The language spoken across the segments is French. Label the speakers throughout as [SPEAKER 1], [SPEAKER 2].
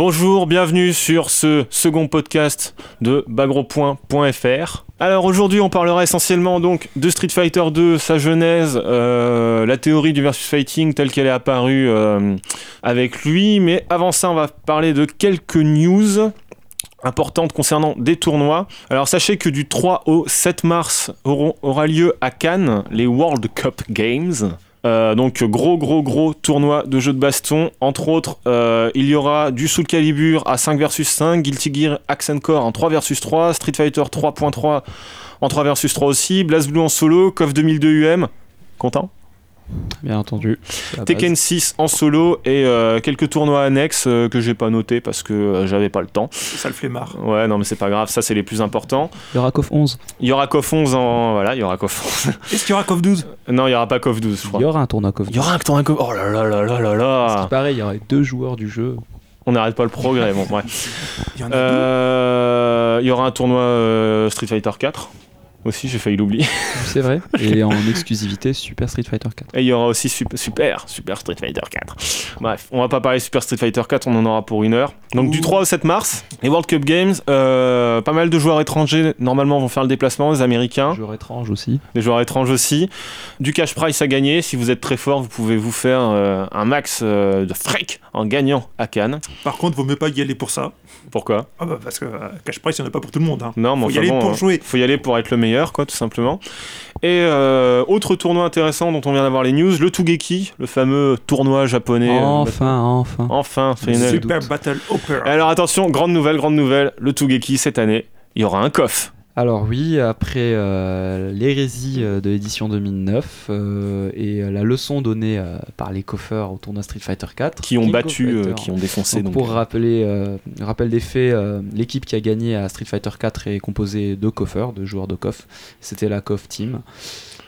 [SPEAKER 1] Bonjour, bienvenue sur ce second podcast de bagropoint.fr. Alors aujourd'hui, on parlera essentiellement donc de Street Fighter 2, sa genèse, euh, la théorie du versus fighting telle qu'elle est apparue euh, avec lui. Mais avant ça, on va parler de quelques news importantes concernant des tournois. Alors sachez que du 3 au 7 mars auront- aura lieu à Cannes les World Cup Games. Euh, donc gros gros gros tournoi de jeux de baston. Entre autres, euh, il y aura du Soul Calibur à 5 vs 5, Guilty Gear Axe Core en 3 vs 3, Street Fighter 3.3 en 3 vs 3 aussi, BlazBlue en solo, KOF 2002 UM. Content
[SPEAKER 2] Bien entendu.
[SPEAKER 1] Tekken 6 en solo et euh, quelques tournois annexes euh, que j'ai pas notés parce que euh, j'avais pas le temps.
[SPEAKER 3] Ça le flemmard.
[SPEAKER 1] Ouais, non mais c'est pas grave, ça c'est les plus importants.
[SPEAKER 2] Il y aura KOF 11.
[SPEAKER 1] Il y aura KOF 11 en voilà, il y aura KOF
[SPEAKER 3] Est-ce qu'il y aura KOF 12
[SPEAKER 1] 11. non, il y aura pas KOF 12, je
[SPEAKER 2] Il
[SPEAKER 1] crois.
[SPEAKER 2] y aura un tournoi KOF
[SPEAKER 1] Il y aura un tournoi KOF. Oh là là là là là là.
[SPEAKER 2] Pareil, il y aura les deux joueurs du jeu.
[SPEAKER 1] On n'arrête pas le progrès, bon bref.
[SPEAKER 3] Il y en a deux.
[SPEAKER 1] Euh, Il y aura un tournoi euh, Street Fighter 4 aussi, j'ai failli l'oublier.
[SPEAKER 2] C'est vrai. Et en exclusivité, Super Street Fighter 4.
[SPEAKER 1] Et il y aura aussi Sup- super, super, Street Fighter 4. Bref, on va pas parler Super Street Fighter 4, on en aura pour une heure. Donc du
[SPEAKER 3] Ouh.
[SPEAKER 1] 3 au 7 mars, les World Cup Games, euh, pas mal de joueurs étrangers normalement vont faire le déplacement, les Américains,
[SPEAKER 2] Joueur étrange aussi.
[SPEAKER 1] des joueurs étranges aussi. Du cash price à gagner, si vous êtes très fort, vous pouvez vous faire euh, un max euh, de fric en gagnant à Cannes.
[SPEAKER 3] Par contre, vaut mieux pas y aller pour ça.
[SPEAKER 1] Pourquoi
[SPEAKER 3] Ah bah parce que euh, Cash Price, il n'y en a pas pour tout le monde. Hein.
[SPEAKER 1] Non, mais
[SPEAKER 3] Faut y
[SPEAKER 1] enfin
[SPEAKER 3] aller
[SPEAKER 1] bon,
[SPEAKER 3] pour
[SPEAKER 1] hein.
[SPEAKER 3] jouer.
[SPEAKER 1] faut y aller pour être le meilleur, quoi, tout simplement. Et euh, autre tournoi intéressant dont on vient d'avoir les news, le Tugeki, le fameux tournoi japonais. euh,
[SPEAKER 2] Enfin, enfin.
[SPEAKER 1] enfin, final.
[SPEAKER 2] Super.
[SPEAKER 3] Super Battle Opera.
[SPEAKER 1] Alors attention, grande nouvelle, grande nouvelle, le Tugeki cette année, il y aura un coff.
[SPEAKER 2] Alors oui, après euh, l'hérésie euh, de l'édition 2009 euh, et euh, la leçon donnée euh, par les coffeurs au tournoi Street Fighter 4.
[SPEAKER 1] qui ont
[SPEAKER 2] King of
[SPEAKER 1] battu, euh,
[SPEAKER 2] Fighter.
[SPEAKER 1] qui ont défoncé.
[SPEAKER 2] Donc,
[SPEAKER 1] Donc,
[SPEAKER 2] pour rappeler, euh, rappel des faits, euh, l'équipe qui a gagné à Street Fighter 4 est composée de coffeurs, de joueurs de coff. C'était la coff team.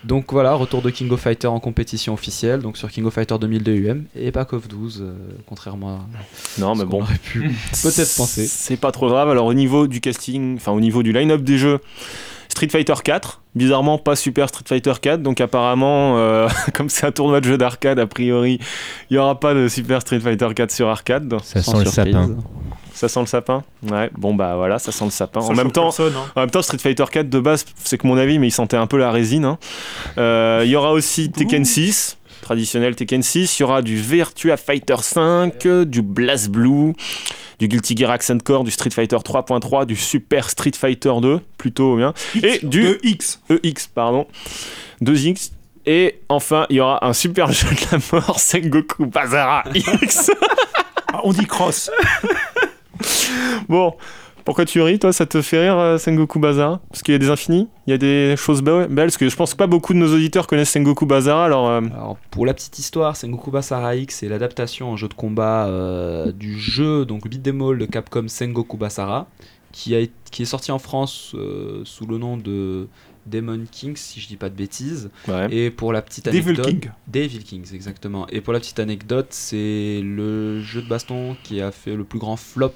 [SPEAKER 2] Donc voilà, retour de King of Fighter en compétition officielle, donc sur King of Fighter 2002 UM et pas coff 12, euh, contrairement à
[SPEAKER 1] euh, non,
[SPEAKER 2] ce
[SPEAKER 1] Ah, mais
[SPEAKER 2] qu'on
[SPEAKER 1] bon,
[SPEAKER 2] aurait pu peut-être penser.
[SPEAKER 1] C'est pas trop grave. Alors au niveau du casting, enfin au niveau du line-up des jeux, Street Fighter 4, bizarrement pas Super Street Fighter 4, donc apparemment, euh, comme c'est un tournoi de jeu d'arcade, a priori, il y aura pas de Super Street Fighter 4 sur arcade.
[SPEAKER 4] Ça
[SPEAKER 2] sans
[SPEAKER 4] sent le
[SPEAKER 2] surprise.
[SPEAKER 4] sapin.
[SPEAKER 1] Ça sent le sapin Ouais, bon bah voilà, ça sent le sapin.
[SPEAKER 3] Ça
[SPEAKER 1] en, même
[SPEAKER 3] choque
[SPEAKER 1] temps,
[SPEAKER 3] personne, hein.
[SPEAKER 1] en même temps, Street Fighter 4 de base, c'est que mon avis, mais il sentait un peu la résine. hein. Euh, Il y aura aussi Tekken 6, traditionnel Tekken 6. Il y aura du Virtua Fighter 5, euh, du Blast Blue, du Guilty Gear Accent Core, du Street Fighter 3.3, du Super Street Fighter 2, plutôt bien. Et
[SPEAKER 3] X,
[SPEAKER 1] du-
[SPEAKER 3] deux X.
[SPEAKER 1] EX, pardon. 2X. Et enfin, il y aura un super jeu de la mort, Sengoku Bazara X.
[SPEAKER 3] Ah, on dit cross.
[SPEAKER 1] Bon, pourquoi tu ris, toi Ça te fait rire, euh, Sengoku Bazara Parce qu'il y a des infinis Il y a des choses be- belles Parce que je pense que pas beaucoup de nos auditeurs connaissent Sengoku Bazara, alors... euh,
[SPEAKER 2] Alors, pour la petite histoire, Sengoku Basara X c'est l'adaptation en jeu de combat euh, du jeu donc beat'em all de Capcom Sengoku Basara qui, a, été- qui est sorti en France euh, sous le nom de Demon Kings si je dis pas de bêtises. Et pour la petite
[SPEAKER 3] Devil
[SPEAKER 2] anecdote,
[SPEAKER 3] King.
[SPEAKER 2] Devil Kings exactement. Et pour la petite anecdote, c'est le jeu de baston qui a fait le plus grand flop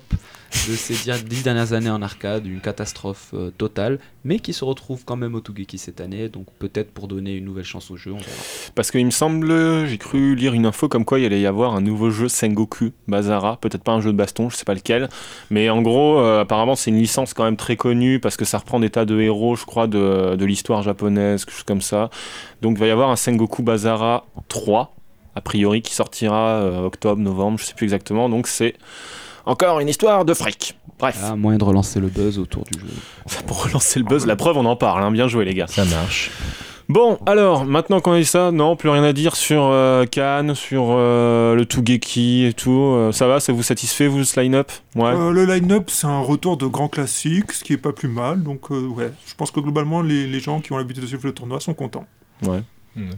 [SPEAKER 2] de ces di- dix dernières années en arcade, une catastrophe euh, totale, mais qui se retrouve quand même au Tugeki cette année, donc peut-être pour donner une nouvelle chance au jeu. on verra.
[SPEAKER 1] Parce qu'il me semble, euh, j'ai cru lire une info comme quoi il allait y avoir un nouveau jeu Sengoku Bazara, peut-être pas un jeu de baston, je sais pas lequel, mais en gros, euh, apparemment c'est une licence quand même très connue parce que ça reprend des tas de héros, je crois, de, de l'histoire japonaise, quelque chose comme ça. Donc il va y avoir un Sengoku Bazara 3, a priori, qui sortira euh, octobre, novembre, je sais plus exactement, donc c'est encore une histoire de fric. Bref,
[SPEAKER 2] Ah, moyen de relancer le buzz autour du jeu.
[SPEAKER 1] ça pour relancer le buzz, la preuve on en parle, hein. bien joué les gars.
[SPEAKER 4] Ça marche.
[SPEAKER 1] Bon, alors, maintenant qu'on a dit ça, non, plus rien à dire sur euh, Cannes, sur euh, le Tougeki et tout. euh, ça va, ça vous satisfait, vous, ce line-up Ouais.
[SPEAKER 3] Euh, le line-up, c'est un retour de grand classique, ce qui est pas plus mal. Donc, euh, ouais, je pense que globalement, les, les gens qui ont l'habitude de suivre le tournoi sont contents.
[SPEAKER 4] Hmm,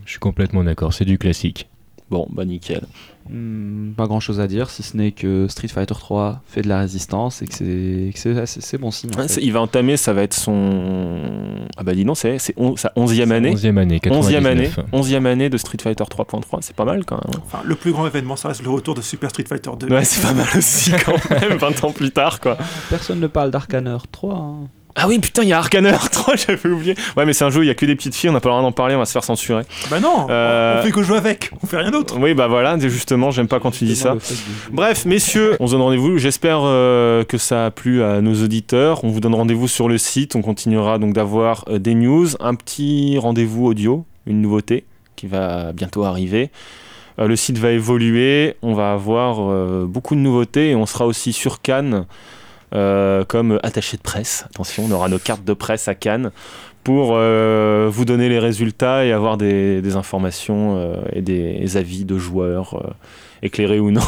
[SPEAKER 4] Je suis complètement d'accord, c'est du classique.
[SPEAKER 1] Bon, bah nickel.
[SPEAKER 2] Hmm, pas grand chose à dire, si ce n'est que Street Fighter 3 fait de la résistance et que c'est- que c'est c'est- c'est bon signe. en
[SPEAKER 1] Ouais,
[SPEAKER 2] fait.
[SPEAKER 1] c'est- il va entamer, ça va être son... Ah bah dis non, c'est c'est on- sa onzième année.
[SPEAKER 4] 11e année, 99.
[SPEAKER 1] Onzième année, onzième année de Street Fighter 3.3, c'est pas mal quand même.
[SPEAKER 3] Enfin, le plus grand événement, ça reste le retour de Super Street Fighter 2.
[SPEAKER 1] Ouais, c'est pas mal aussi quand même, 20 ans plus tard quoi.
[SPEAKER 2] Personne ne parle d'Arcaner 3. hein.
[SPEAKER 1] Ah oui, putain, il y a Arcaner 3, j'avais oublié. Ouais, mais c'est un jeu, il y a que des petites filles, on n'a pas le droit d'en parler, on va se faire censurer.
[SPEAKER 3] Bah non,
[SPEAKER 1] Euh,
[SPEAKER 3] on fait que jouer avec, on fait rien d'autre.
[SPEAKER 1] Oui, bah voilà, justement, j'aime pas quand tu dis ça.
[SPEAKER 2] Le fait de-
[SPEAKER 1] Bref, messieurs, on se donne rendez-vous. J'espère euh, que ça a plu à nos auditeurs. On vous donne rendez-vous sur le site. On continuera donc d'avoir euh, des news, un petit rendez-vous audio, une nouveauté qui va bientôt arriver. Euh, le site va évoluer. On va avoir euh, beaucoup de nouveautés et on sera aussi sur Cannes euh, comme attaché de presse. Attention, on aura nos cartes de presse à Cannes pour euh, vous donner les résultats et avoir des, des informations euh, et des avis de joueurs euh, éclairés ou non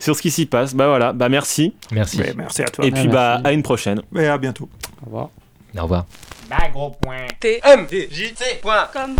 [SPEAKER 1] sur ce qui s'y passe. Bah voilà, bah merci.
[SPEAKER 4] Merci.
[SPEAKER 3] Ouais, merci à toi.
[SPEAKER 1] Et
[SPEAKER 3] Et,
[SPEAKER 1] puis bah à une prochaine.
[SPEAKER 3] à bientôt.
[SPEAKER 2] Au revoir.
[SPEAKER 4] Au revoir.
[SPEAKER 5] T M J T point
[SPEAKER 6] Comme